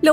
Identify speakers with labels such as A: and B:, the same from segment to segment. A: Lo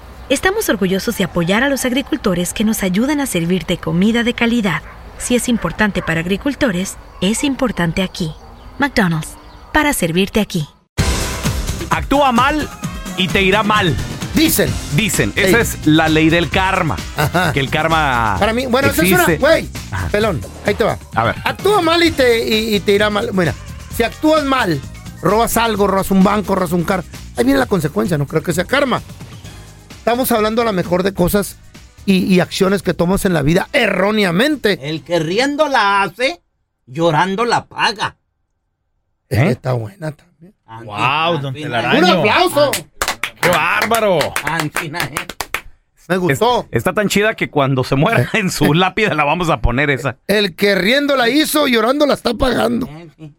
B: estamos orgullosos de apoyar a los agricultores que nos ayudan a servirte comida de calidad. Si es importante para agricultores, es importante aquí. McDonald's, para servirte aquí.
C: Actúa mal y te irá mal.
D: Dicen.
C: Dicen, esa
D: Ey.
C: es la ley del karma.
D: Ajá.
C: Que el karma.
D: Para mí, bueno, eso es una.
C: existe.
D: Güey, pelón, ahí te va.
C: A ver.
D: Actúa mal y te, y, y te irá mal. Mira, si actúas mal, robas algo, robas un banco, robas un carro. Ahí viene la consecuencia, no creo que sea karma. Estamos hablando a lo mejor de cosas y, y acciones que tomamos en la vida erróneamente.
E: El que riendo la hace, llorando la paga.
D: Eh, Está buena también.
F: Guau, don
E: Antina,
F: Telaraño.
D: ¡Un
F: Año.
D: aplauso!
F: ¡Qué bárbaro!
E: Antina, eh.
D: Me
C: Es-
D: gustó.
C: está tan chida que cuando se muera en su lápida la vamos a poner esa.
D: El que riendo la hizo, llorando la está pagando.
E: Eh, sí.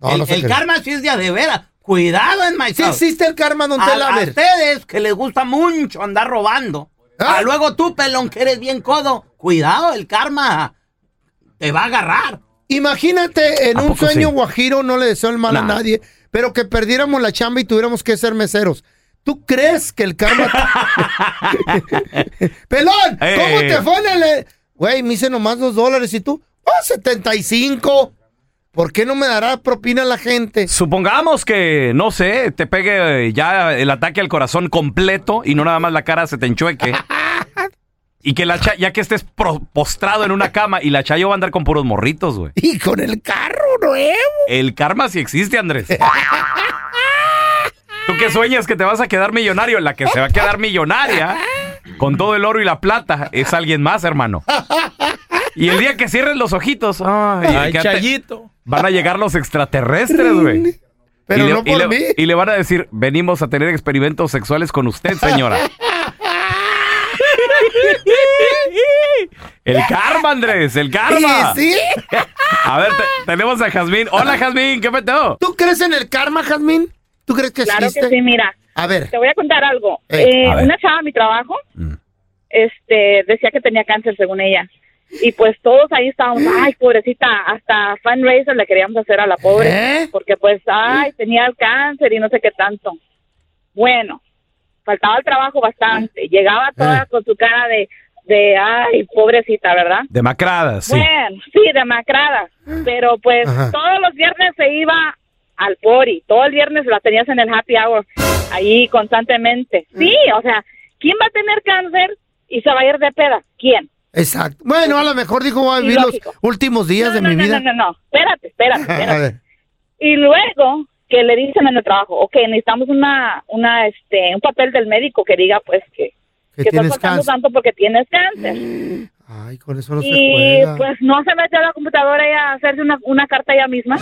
D: No,
E: el
D: no sé
E: el
D: qué-
E: karma sí es de a de veras. Cuidado en
D: Sí
E: Maizal.
D: existe el karma, don
E: a,
D: Tela.
E: a
D: A ver.
E: ustedes que les gusta mucho andar robando.
D: Ah.
E: A luego tú, pelón, que eres bien codo. Cuidado, el karma te va a agarrar.
D: Imagínate en
C: ¿A
D: un
C: poco
D: sueño
C: sí?
D: guajiro, no le deseo el mal a
C: Nah.
D: nadie, pero que perdiéramos la chamba y tuviéramos que ser meseros. ¿Tú crees que el karma... Pelón, ¿cómo
C: Eh.
D: te fue en el... Güey, me hice nomás dos dólares y tú... ¡Oh, 75! ¿Por qué no me dará propina la gente?
C: Supongamos que, no sé, te pegue eh, ya el ataque al corazón completo y no nada más la cara se te enchueque. y que la cha- ya que estés pro- postrado en una cama y la chayo va a andar con puros morritos, güey.
D: Y con el carro nuevo.
C: El karma sí existe, Andrés. ¿Tú qué sueñas que te vas a quedar millonario? La que se va a quedar millonaria con todo el oro y la plata es alguien más, hermano. Y el día que cierres los ojitos, ay,
F: Ay,
C: quédate-
F: Chayito.
C: van a llegar los extraterrestres, güey. y
D: Pero
C: le,
D: no
C: y
D: por
C: le-
D: mí.
C: y le van a decir, venimos a tener experimentos sexuales con usted, señora. el karma, Andrés, el karma.
D: ¿Y sí?
C: A ver, te- tenemos a Jazmín. Hola, Jazmín, ¿qué peteo?
D: ¿Tú crees en el karma, Jazmín? ¿Tú crees que
G: Claro
D: existe?
G: que sí, mira,
D: A ver.
G: te voy a contar algo.
D: Eh, Mm.
G: Eh,
C: a ver.
G: una chava a mi trabajo, este, decía que tenía cáncer según ella. Y pues todos ahí estábamos,
D: Mm.
G: ay, pobrecita, hasta fundraiser le queríamos hacer a la pobre,
D: ¿Eh?
G: porque pues, ay, tenía el cáncer y no sé qué tanto. Bueno, faltaba el trabajo bastante, llegaba toda
D: Eh.
G: con su cara de, de, ay, pobrecita, ¿verdad?
C: Demacrada, sí.
G: Bueno, sí, demacrada. Pero pues
D: Ajá.
G: todos los viernes se iba al pori. Todo el viernes la tenías en el happy hour. Ahí constantemente. Sí, o sea, ¿quién va a tener cáncer y se va a ir de peda? ¿Quién?
D: Exacto. Bueno, a lo mejor dijo, voy a vivir los
G: Ilógico.
D: últimos días
G: no,
D: de
G: no,
D: mi
G: no,
D: vida.
G: no, no, no. Espérate, espérate,
D: A
G: espérate.
D: ver.
G: Y luego que le dicen en el trabajo, ok, necesitamos una, una, este, un papel del médico que diga pues que,
D: Que
G: que estás
D: tienes
G: pasando
D: cáncer.
G: tanto porque tienes cáncer.
D: Ay, con eso no se
G: y
D: juega.
G: pues no se metió a la computadora ella a hacerse una, una carta ella misma.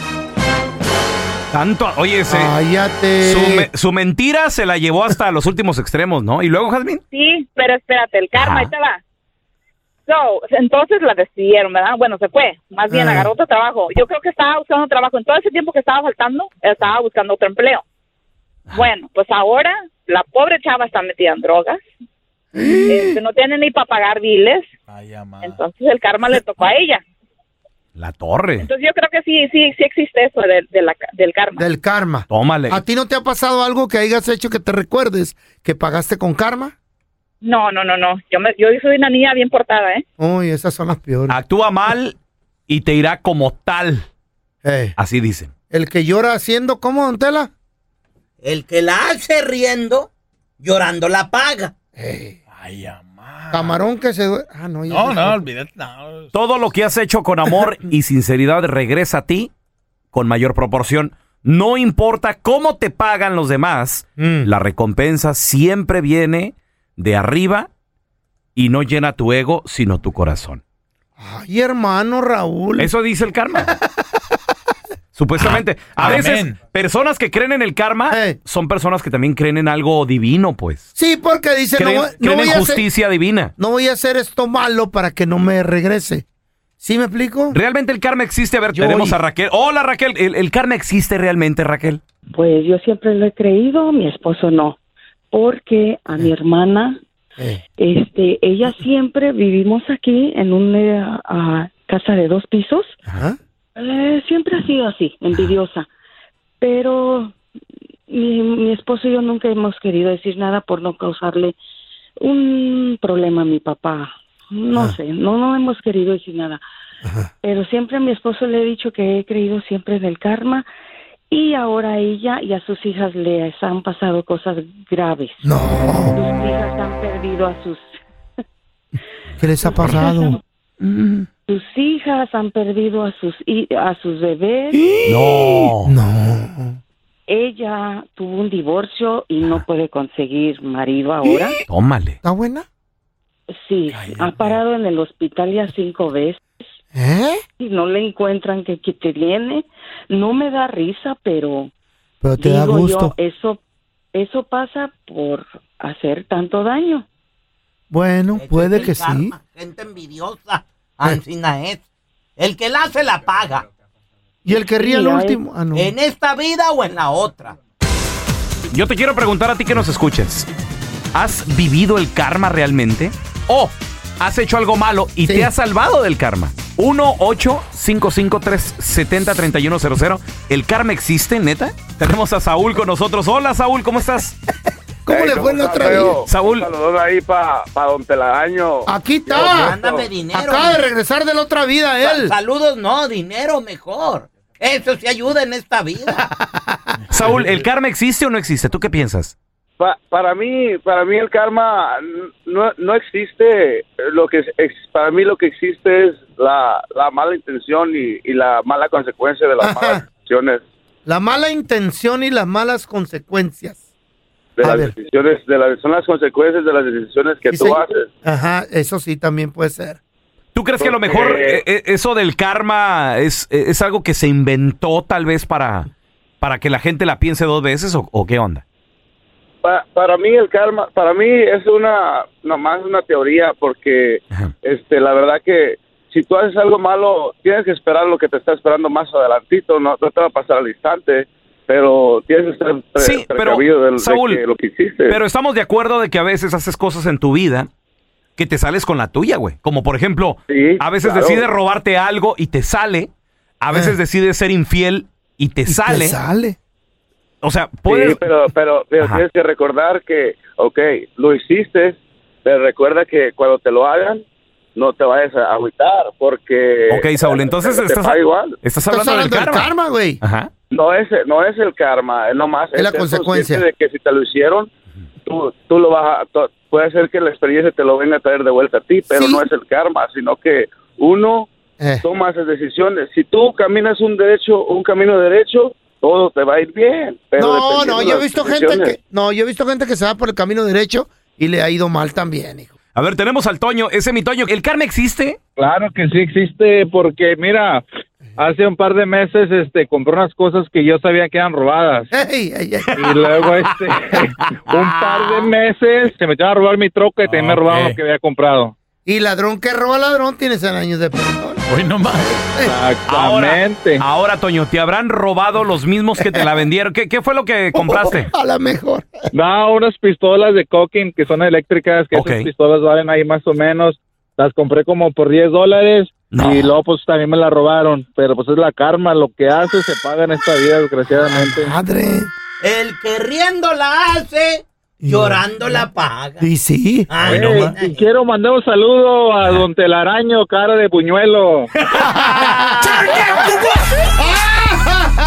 C: Tanto, oye, se-
D: Cállate.
C: su, me- su mentira se la llevó hasta los últimos extremos, ¿no? Y luego, Jazmín.
G: Sí, pero espérate, el karma,
C: Ajá.
G: ahí te va. So, entonces la despidieron, ¿verdad? Bueno, se fue. Más bien
D: Ah.
G: agarró otro trabajo. Yo creo que estaba buscando trabajo. En todo ese tiempo que estaba faltando, estaba buscando otro empleo. Bueno, pues ahora la pobre chava está metida en drogas. Este, no tiene ni para pagar biles.
F: Ay,
C: Ah.
F: amada.
G: Entonces el karma le tocó a ella.
C: La torre.
G: Entonces yo creo que sí, sí, sí existe eso de, de la, del karma.
D: Del karma.
C: Tómale.
D: ¿A ti no te ha pasado algo que hayas hecho que te recuerdes que pagaste con karma?
G: No, no, no, no. Yo, me, yo soy una niña bien portada, ¿eh?
D: Uy, esas son las peores.
C: Actúa mal y te irá como tal.
D: Eh,
C: Así dicen.
D: el que llora haciendo, ¿cómo, don Tela?
E: El que la hace riendo, llorando la paga.
D: Eh,
F: Ay, amada.
D: camarón que se... due- Ah, no, ya
F: No,
D: me-
F: no, olvídate. No.
C: Todo lo que has hecho con amor y sinceridad regresa a ti con mayor proporción. No importa cómo te pagan los demás,
D: Mm.
C: la recompensa siempre viene de arriba y no llena tu ego, sino tu corazón.
D: Ay, hermano Raúl.
C: Eso dice el karma. Supuestamente. A
F: Amén.
C: veces, personas que creen en el karma
D: Hey.
C: son personas que también creen en algo divino, pues.
D: Sí, porque dice, no,
C: Creen,
D: voy- no
C: creen
D: voy
C: en
D: a hacer,
C: justicia divina.
D: no voy a hacer esto malo para que no me regrese. ¿Sí me explico?
C: ¿Realmente el karma existe? A ver,
D: Yo
C: tenemos
D: y-
C: a Raquel. Hola, Raquel. ¿El, el karma existe realmente, Raquel?
H: Pues yo siempre lo he creído, mi esposo no, porque a mi hermana,
D: Eh,
H: este, ella siempre vivimos aquí en una ah, casa de dos pisos,
D: ajá.
H: Eh, siempre ha sido así, envidiosa, pero mi, mi esposo y yo nunca hemos querido decir nada por no causarle un problema a mi papá, no
D: Ah.
H: sé, no, no hemos querido decir nada,
D: Ajá.
H: pero siempre a mi esposo le he dicho que he creído siempre en el karma y ahora a ella y a sus hijas les han pasado cosas graves.
D: No,
H: Sus hijas han perdido a sus
D: ¿qué les ha pasado?
H: sus hijas han perdido a sus hi- a sus bebés.
I: Oh.
C: No.
D: No.
H: Ella tuvo un divorcio y
D: Ah.
H: no puede conseguir marido ahora.
C: Tómale.
D: ¿Está buena?
H: Sí, ha parado en el hospital ya cinco veces
D: ¿Eh?
H: y no le encuentran que, que tiene. No me da risa, pero
D: Pero te da
H: digo
D: gusto.
G: eh,
H: yo, eso eso pasa por hacer tanto daño.
D: Bueno,
E: Ese es
D: puede
E: el
D: que sí.
E: karma, Gente envidiosa. Ancina es. El que la hace la paga.
D: ¿Y el que ríe al
H: Mira, eh.
D: último? Ah, no.
E: En esta vida o en la otra.
C: Yo te quiero preguntar a ti que nos escuches. ¿Has vivido el karma realmente? ¿O has hecho algo malo y
D: Sí.
C: te has salvado del karma? 1-855-370-3100. ¿El karma existe, neta? Tenemos a Saúl con nosotros. Hola, Saúl, ¿cómo estás?
D: ¿Cómo le fue la otra vez?
C: Saúl.
I: Saludos ahí para pa Don Telaraño.
D: Aquí está.
E: Mándame dinero.
D: Acaba de regresar de la otra vida él.
E: Sa- Saludos, no, dinero mejor. Eso sí ayuda en esta vida.
C: Saúl, ¿el karma existe o no existe? ¿Tú qué piensas?
I: Pa- para mí, para mí el karma n- no, no existe. Lo que es- ex- para mí lo que existe es la, la mala intención y, y la mala consecuencia de las
D: Ajá.
I: malas decisiones,
D: La mala intención y las malas consecuencias.
I: de
D: A
I: las
D: ver.
I: decisiones, de las son las consecuencias de las decisiones que
D: Sí,
I: tú
D: señor.
I: haces.
D: Ajá, eso sí también puede ser.
C: ¿Tú crees que a lo mejor eh, eh, eso del karma es, eh, es algo que se inventó tal vez para, para que la gente la piense dos veces o, o qué onda?
I: Pa- para mí el karma, para mí es una nomás una teoría porque
C: Ajá.
I: este la verdad que si tú haces algo malo tienes que esperar lo que te está esperando más adelantito, no, no te va a pasar al instante, pero tienes que estar pre-
C: Sí, pero,
I: precavido de, de
C: Saúl,
I: que lo que hiciste.
C: Pero estamos de acuerdo de que a veces haces cosas en tu vida que te sales con la tuya, güey. Como por ejemplo,
I: Sí,
C: a veces
I: claro.
C: decides robarte algo y te sale. A veces
D: Eh.
C: decides ser infiel y te
D: ¿Y qué
C: sale.
D: sale.
C: O sea,
I: Sí,
C: puedes...
I: pero, pero, pero
C: Ajá.
I: tienes que recordar que, ok, lo hiciste, pero recuerda que cuando te lo hagan, no te vayas a agüitar, porque...
C: Ok, Saúl, entonces
I: eh, te
C: estás,
I: paga igual.
C: estás
D: Estás
C: hablando, del karma.
D: güey.
C: Ajá.
I: No es, no es el karma, es nomás.
D: Es la
I: ser
D: consecuencia.
I: consciente de que si te lo hicieron, tú, tú lo vas a. tú- puede ser que la experiencia te lo venga a traer de vuelta a ti, pero
D: Sí.
I: no es el karma, sino que uno
D: Eh,
I: toma esas decisiones. Si tú caminas un derecho, un camino derecho, todo te va a ir bien. pero
D: No,
I: dependiendo
D: no,
I: de
D: yo he
I: las
D: visto gente
I: decisiones.
D: que no, yo he visto gente que se va por el camino derecho y le ha ido mal también, hijo.
C: A ver, tenemos al Toño. Ese es mi Toño. ¿El karma existe?
J: Claro que sí existe, porque mira, hace un par de meses este compré unas cosas que yo sabía que eran robadas.
D: Ey, ey, ey.
J: Y luego este un par de meses se metieron a robar mi troca y también me
F: Ok.
J: robaron lo que había comprado.
D: Y ladrón que roba ladrón tiene 100 años de prisión.
C: Hoy nomás. Exactamente. Ahora, Toño, ¿te habrán robado los mismos que te la vendieron? ¿Qué, qué fue lo que compraste?
D: A la mejor.
J: No, unas pistolas de Cocking que son eléctricas, que esas pistolas valen ahí más o menos. Las compré como por 10 dólares y luego pues también me la robaron. Pero pues es la karma, lo que hace se paga en esta vida, desgraciadamente.
D: Madre.
E: El que riendo la hace, llorando la paga. Ah,
D: Y sí.
E: Ay,
J: Ey, y quiero mandar un saludo a Don Telaraño, cara de puñuelo.
D: ¿La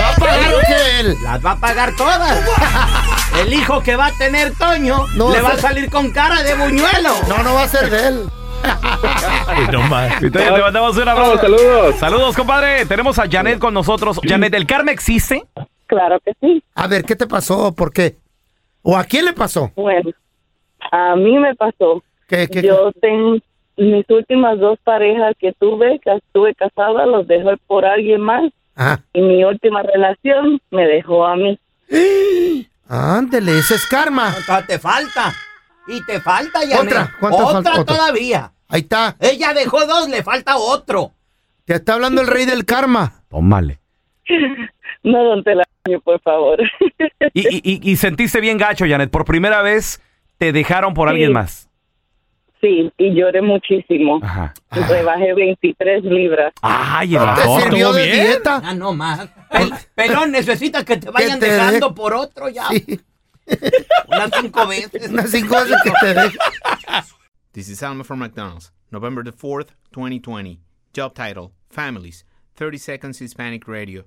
D: va a pagar o qué él?
E: Las va a pagar todas. El hijo que va a tener Toño
D: No,
E: le va
D: va a
E: a
D: ser-
E: salir con cara de buñuelo.
D: No, no va a ser de él.
C: Y Toño, te mandamos un abrazo.
J: saludos.
C: Saludos, compadre. Tenemos a Janet con nosotros. Janet, ¿el karma existe?
D: Claro que sí. A ver, ¿qué te pasó? ¿Por qué? ¿O a quién le pasó?
H: Bueno, a mí me pasó.
D: qué-
H: Yo tengo mis últimas dos parejas que tuve, que estuve casada, los dejé por alguien más.
D: Ajá.
H: Y mi última relación me dejó a mí.
D: Ándele, ese es karma.
E: Te falta. Y te falta, Janet.
D: Otra, ¿cuántas
E: Otra
D: faltan? Otra.
E: todavía.
D: Ahí está.
E: Ella dejó dos, le falta otro.
D: Te está hablando el rey del karma.
C: Tómale.
H: No, don Telaraño, por favor.
C: Y, y- y- y sentiste bien gacho, Janet. Por primera vez te dejaron por
H: Sí.
C: alguien más.
H: Sí, y lloré muchísimo.
C: Ajá.
H: Rebajé 23 libras.
C: Ay,
D: Ah,
C: el amor, ¿todo bien?
E: Ah, no más. Pel- pelón, necesitas que te vayan
D: Pues, te
E: dejando
D: deje-
E: por otro ya. Unas cinco veces.
D: Unas cinco veces que te deje.
K: This is Alma from McDonald's, November the 4th, 2020. Job title Families, 30 Seconds Hispanic Radio.